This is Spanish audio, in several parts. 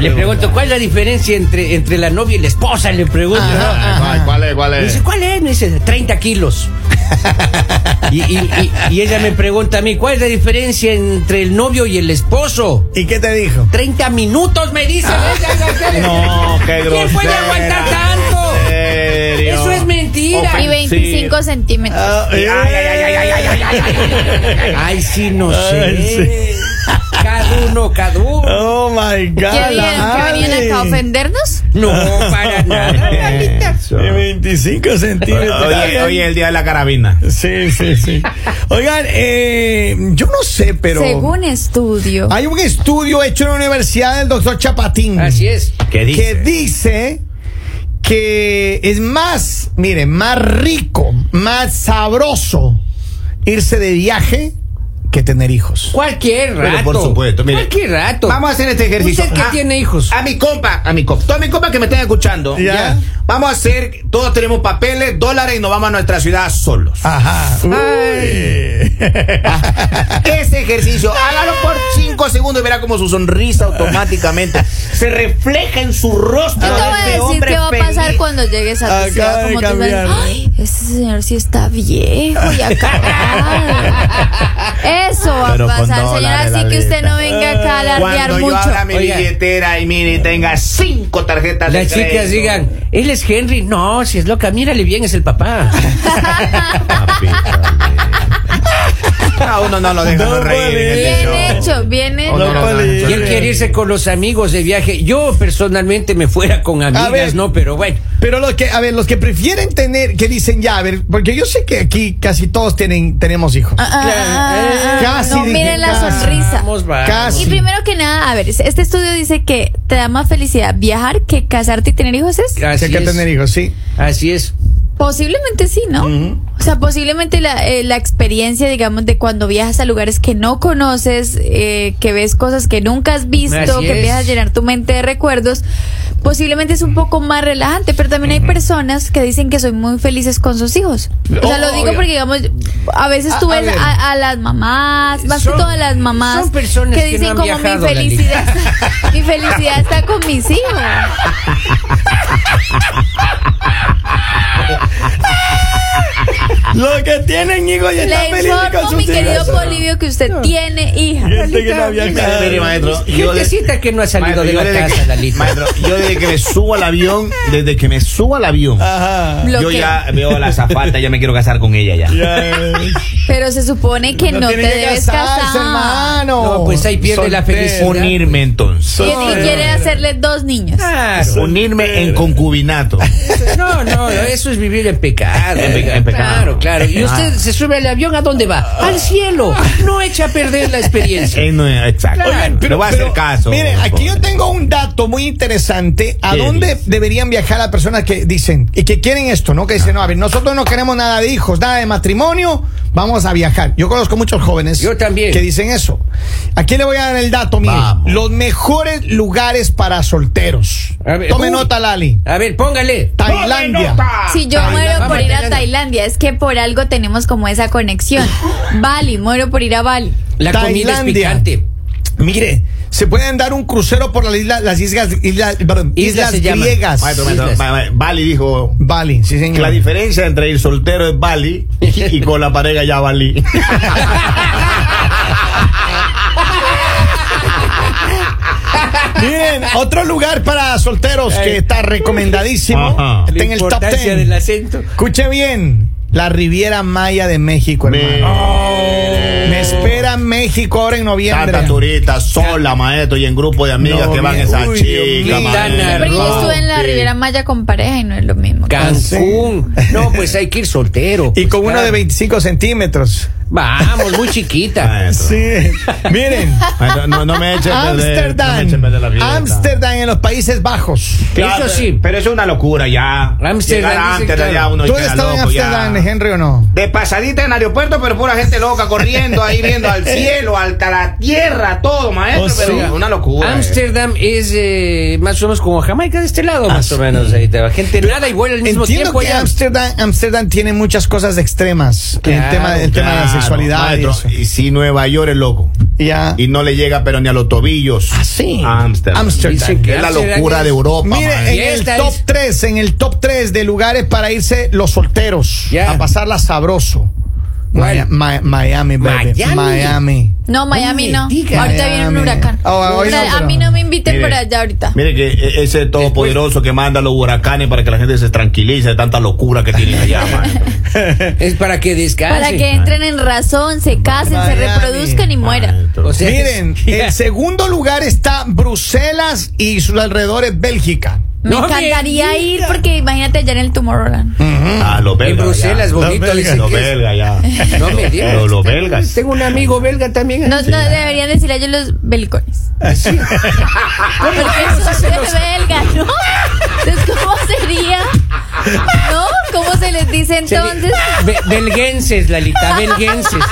Le pregunto, ¿cuál es la diferencia entre, entre la novia y la esposa? Le pregunto. "Ah, ¿no? Ay, "Ah, ¿Cuál es? ¿Cuál Me es? dice, ¿cuál es? Me dice, 30 kilos. Y, y- y- y ella me pregunta a mí, ¿cuál es la diferencia entre el novio y el esposo? ¿Y qué te dijo? 30 minutos, me dice. Ah. No, qué grosero. ¿Quién puede aguantar tanto? Eso es mentira. Ofen- Y 25 centímetros. Ay, ay, ay, ay, ay, ay. Ay, sí, no sé. Ay, Cada uno, cada uno. Oh my God. ¿Qué dijeron? ¿Que la venían Abby. acá a ofendernos? No, para nada. Lalita. De 25 centímetros. Está Oye, bien. oye, el día de la carabina. Sí, sí, sí. Oigan, eh, yo no sé, pero. Según estudio. Hay un estudio hecho en la universidad del doctor Chapatín. Así es. ¿Qué Que dice? dice que es más, mire, más rico, más sabroso irse de viaje que tener hijos. Cualquier Pero rato. por supuesto, mire. Cualquier rato. Vamos a hacer este ejercicio. Usted que Ah, tiene hijos. A mi compa, a mi compa, todo mi compa que me estén escuchando. Ya. Vamos a hacer, todos tenemos papeles, dólares y nos vamos a nuestra ciudad solos. Ajá. Ese ejercicio, hágalo por 5 segundos y verá como su sonrisa automáticamente se refleja en su rostro. Yo te de voy a este decir hombre qué va a pasar feliz. cuando llegues a tu Acaba ciudad. de Como tú cambiar. sabes, ay, ese señor sí está viejo y acá. Eso va Pero a con pasar, señora. dólares, Así que usted Lalita. no venga acá a alardear Cuando yo abra mucho. mi Oiga. billetera y mire, tenga cinco tarjetas de Las crédito. chicas digan, él es Henry. No, si es loca, mírale bien, es el papá. A uno no lo dejan No reír. en puede. este Bien show. hecho, bien hecho. Oh, no, no, no, Y él quiere irse con los amigos de viaje. Yo personalmente me fuera con amigas, ver. ¿no? Pero bueno. Pero los que, a ver, los que prefieren tener, que dicen ya, a ver, porque yo sé que aquí casi todos tienen, tenemos hijos. Ah, ah, ah, ah, Casi no, dije, miren la casi. sonrisa. Vamos, vamos. Casi. Y primero que nada, a ver, este estudio dice que te da más felicidad viajar que casarte y tener hijos, ¿es? Así Así hay que es. tener hijos, sí. Así es. Posiblemente sí, ¿no? O sea, posiblemente la, eh, la experiencia, digamos, de cuando viajas a lugares que no conoces, eh, que ves cosas que nunca has visto, Así que es. empiezas a llenar tu mente de recuerdos, posiblemente es un poco más relajante, pero también hay personas que dicen que son muy felices con sus hijos. O sea, Oh, lo digo obvio. porque, digamos, a veces A- tú a ves ver. a, a las mamás, más Son- que todas las mamás, son personas que que no dicen han como viajado, mi Lalita". felicidad, mi felicidad está con mis hijos. Los que tienen hijos ya están Le felices con informo, sus mi querido hijos. Polivio, que usted tiene hija. Este Gente que no ha viajado. Mire, maestro, yo de- Gentecita que no ha salido Maestro, de yo la desde casa, que- Lalita. Maestro, yo desde que me subo al avión, desde que me subo al avión, Ajá. yo Bloqueo. ya veo a la zafata, ya me quiero casar con ella ya. Pero se supone que no, te tienen debes casarse, casar. hermano. No, pues ahí pierde la Soltero. felicidad. Unirme entonces. Y es que quiere Ah. hacerle dos niños. Claro. Unirme en concubinato. No, no, eso es vivir en pecado. En pe- en pecado. Claro, claro. Y usted Ah. se sube al avión, ¿a dónde va? Al cielo. No echa a perder la experiencia. Eh, no, exacto. Claro. Oigan, pero, voy a hacer Pero, caso. Mire, aquí yo tengo un dato muy interesante. ¿A ¿Qué dónde dice? deberían viajar las personas que dicen y que quieren esto, no? Que dicen, no, a ver, nosotros no queremos nada de hijos, nada de matrimonio, vamos a viajar. Yo conozco muchos jóvenes. Yo también. Que dicen eso. Aquí le voy a dar el dato, mire. Vamos. Los mejores lugares para solteros. A ver, Tome uy. nota, Lali. A ver, póngale. Tailandia. Si yo Tailandia. muero por ir a Tailandia. Tailandia, es que por algo tenemos como esa conexión. Bali, muero por ir a Bali. La comida es Tailandia. picante. Mire, se pueden dar un crucero por las islas, las islas, islas, perdón, Islas islas, se llaman. griegas. Maestro, maestro, Islas. Mm. ma- ma- Bali dijo Bali, sí, que señor. la diferencia entre ir soltero es Bali y con la pareja ya Bali. Bien, otro lugar para solteros que está recomendadísimo. Ajá. Está en La el top importancia 10. del acento. Escuche bien. La Riviera Maya de México, Me- hermano. Me espera México ahora en noviembre. Tanta turista sola, maestro, y en grupo de amigas No, que van mira, esas uy, chicas, Dios mío. maestro. Pero yo estuve en la Sí. Riviera Maya con pareja y no es lo mismo. Cancún. No, pues hay que ir soltero. Y pues, con uno claro. de 25 centímetros. Vamos, muy chiquita. Maestro. Miren, Maestro, No, no me echen perder. no me echen perder la Ámsterdam. fiesta. Ámsterdam en los Países Bajos. Claro, eh, Eso sí. Pero eso es una locura ya. Ámsterdam, Llegar a dicen, Ámsterdam ya claro. uno ¿Tú has queda estado en loco ya. Ámsterdam, Henry, o no? De pasadita en el aeropuerto, pero pura gente loca corriendo ahí viendo al cielo, hasta la tierra, todo, maestro. Oh, pero sí. una locura. eh. Ámsterdam es eh, más o menos como Jamaica de este lado, más o menos. ahí te va. Gente nada y vuela al mismo Entiendo tiempo. que allá. Ámsterdam Ámsterdam tiene muchas cosas extremas. el Claro, tema, el tema de la Claro, sexualidad. y maestro, eso. y si Nueva York es loco. Ya. Y no le llega, pero ni a los tobillos. Ah, sí. Ámsterdam. Amsterdam. Dicen que Es la Amsterdam locura es- de Europa. Mire, madre. en el Esta top es- 3, en el top 3 de lugares para irse los solteros Ya. a pasarla sabroso. Maya- ¿Cuál? Ma- Miami, baby. Miami. Miami. No, Miami Oye, no. diga, ahorita Miami. viene un huracán. Ah, hoy O sea, no, pero- a mí no me inviten Mire, por allá ahorita. Mire que e- ese todopoderoso que manda los huracanes para que la gente se tranquilice de tanta locura que tienen allá, madre. Es para que descansen. Para que entren en razón, se casen, se Miami. reproduzcan y mueran. Maestro. O sea, Miren, ya. el segundo lugar está Bruselas y sus alrededores Bélgica. Me No me encantaría ir diga. porque imagínate allá en el Tomorrowland. Ah, los belgas. Bruselas, ya. bonito, Los belgas, dicen los que es. belgas ya. No me digas. Los, los belgas. Tengo un amigo belga también. No, no deberían decirle allá los belicones. Porque eso es de belga, ¿no? Entonces, ¿cómo sería? ¿No? ¿Cómo se les dice entonces? Be- belguenses, Lalita, belguenses.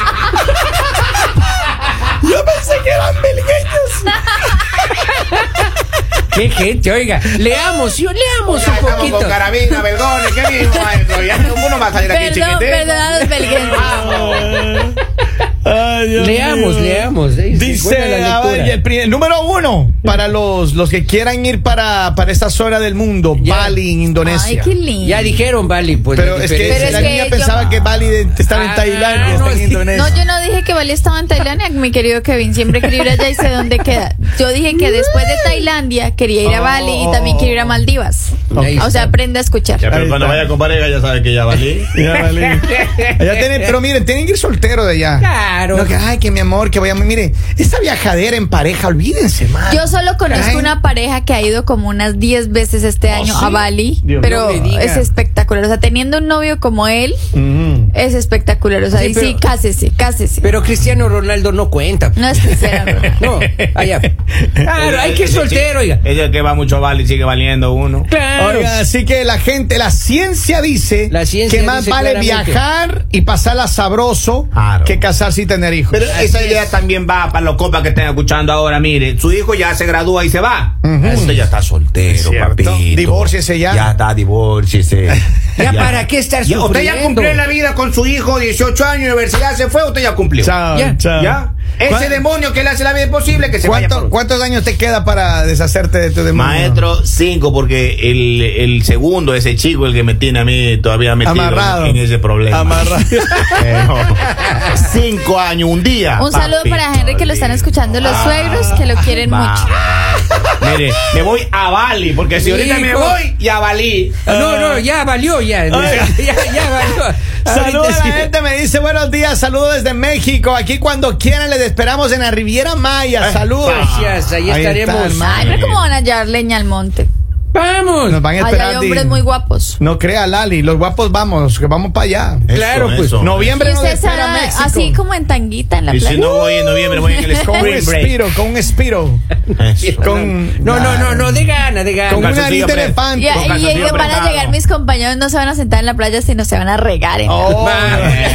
Yo pensé que eran belgueños. Qué gente, oiga. Leamos, yo leamos Ya un estamos poquito. con carabina, belgones, qué mismo, maestro. Ya ninguno va a salir aquí Perdón, chiquitito. perdón a los belguenses. Leamos, leamos. eh, buena Dice, la a ver, lectura. y el primer- número uno, para los, los que quieran ir para, para esta zona del mundo, Ya. Bali, Indonesia. Ay, qué lindo. ya dijeron, Bali, pues. Pero la es que diferencia. Pero la es niña que pensaba yo- que Bali de- estaba en Ah, Tailandia, no, está en sí. Indonesia. No, yo no dije que Bali estaba en Tailandia, mi querido Kevin. Siempre quería ir allá y sé dónde queda. Yo dije que después de Tailandia quería ir a Bali y también quiero ir a Maldivas. Ahí O está. sea, aprende a escuchar. Ya, Ahí pero cuando está. vaya con pareja ya sabe que ya valí. Ya, Bali. Allá tienen- pero miren, tienen que ir soltero de allá. Claro. No, que, ay, que mi amor, que vaya. Mire, esta viajadera en pareja, olvídense, man. Yo solo Ay. conozco una pareja que ha ido como unas 10 veces este año a Bali, Dios, pero Oh, no me diga. es espectacular. O sea, teniendo un novio como él, Mm. es espectacular. O sea, Sí, y sí, pero- cásese, cásese. Pero Cristiano Ronaldo no cuenta. no es sincera, Ronald. No, allá. Claro, hay que ir soltero, oiga. Ella que va mucho a Bali sigue valiendo uno. Claro. Oiga, así que la gente, la ciencia dice La ciencia que más dice vale claramente. viajar y pasarla sabroso Claro. que casarse y tener hijos. Pero esa idea también va para los copas que estén escuchando ahora. Mire, su hijo ya se gradúa y se va. Usted ya está soltero, Cierto. papito. Divórciese ya. Ya está, divórciese. Ya, ¿para qué estar Ya, Usted ya sufriendo? cumplió la vida con su hijo, 18 años, universidad se fue, usted ya cumplió. Chao, Ya. chao. ¿Ya? ¿Cuá- Ese demonio que le hace la vida imposible que se vaya ¿Cuánto- por- ¿Cuántos años te queda para deshacerte de tu demonio? Maestro, cinco, porque el, el segundo, ese chico, el que me tiene a mí todavía metido Amarrado. en ese problema. Amarrado. Pero, cinco años, un día. Un saludo papito para Henry que lo están lindo. escuchando Ah, los suegros que lo quieren Va. mucho. Mire, me voy a Bali, porque si ahorita me Hijo. voy, ya Bali. Ah, No, no, ya valió, ya. eh. Ya, ya valió. Saludos Ahorita a la sí. gente, me dice buenos días, saludos desde México. Aquí cuando quieran les esperamos en la Riviera Eh, Maya. Saludos. Gracias, ahí estaremos. están, man. Ay, pero ¿cómo van a hallar leña al monte? Vamos. Nos van a Allá esperar. hay Di. hombres muy guapos. No crea, Lali, los guapos vamos, que vamos para allá. Claro, pues, Noviembre Y nos usted espera México. está así como en tanguita en la Y si playa. no voy en noviembre, voy en el Con un Spring Break. espiro, con un espiro. Eso. Con- No, no, no, no, de gana, de Con gana. una calzoncillo nariz de apretado. elefante. Y, Con y- calzoncillo y van a apretado. llegar mis compañeros, no se van a sentar en la playa, sino se van a regar. en la- Oh, Va. Eh.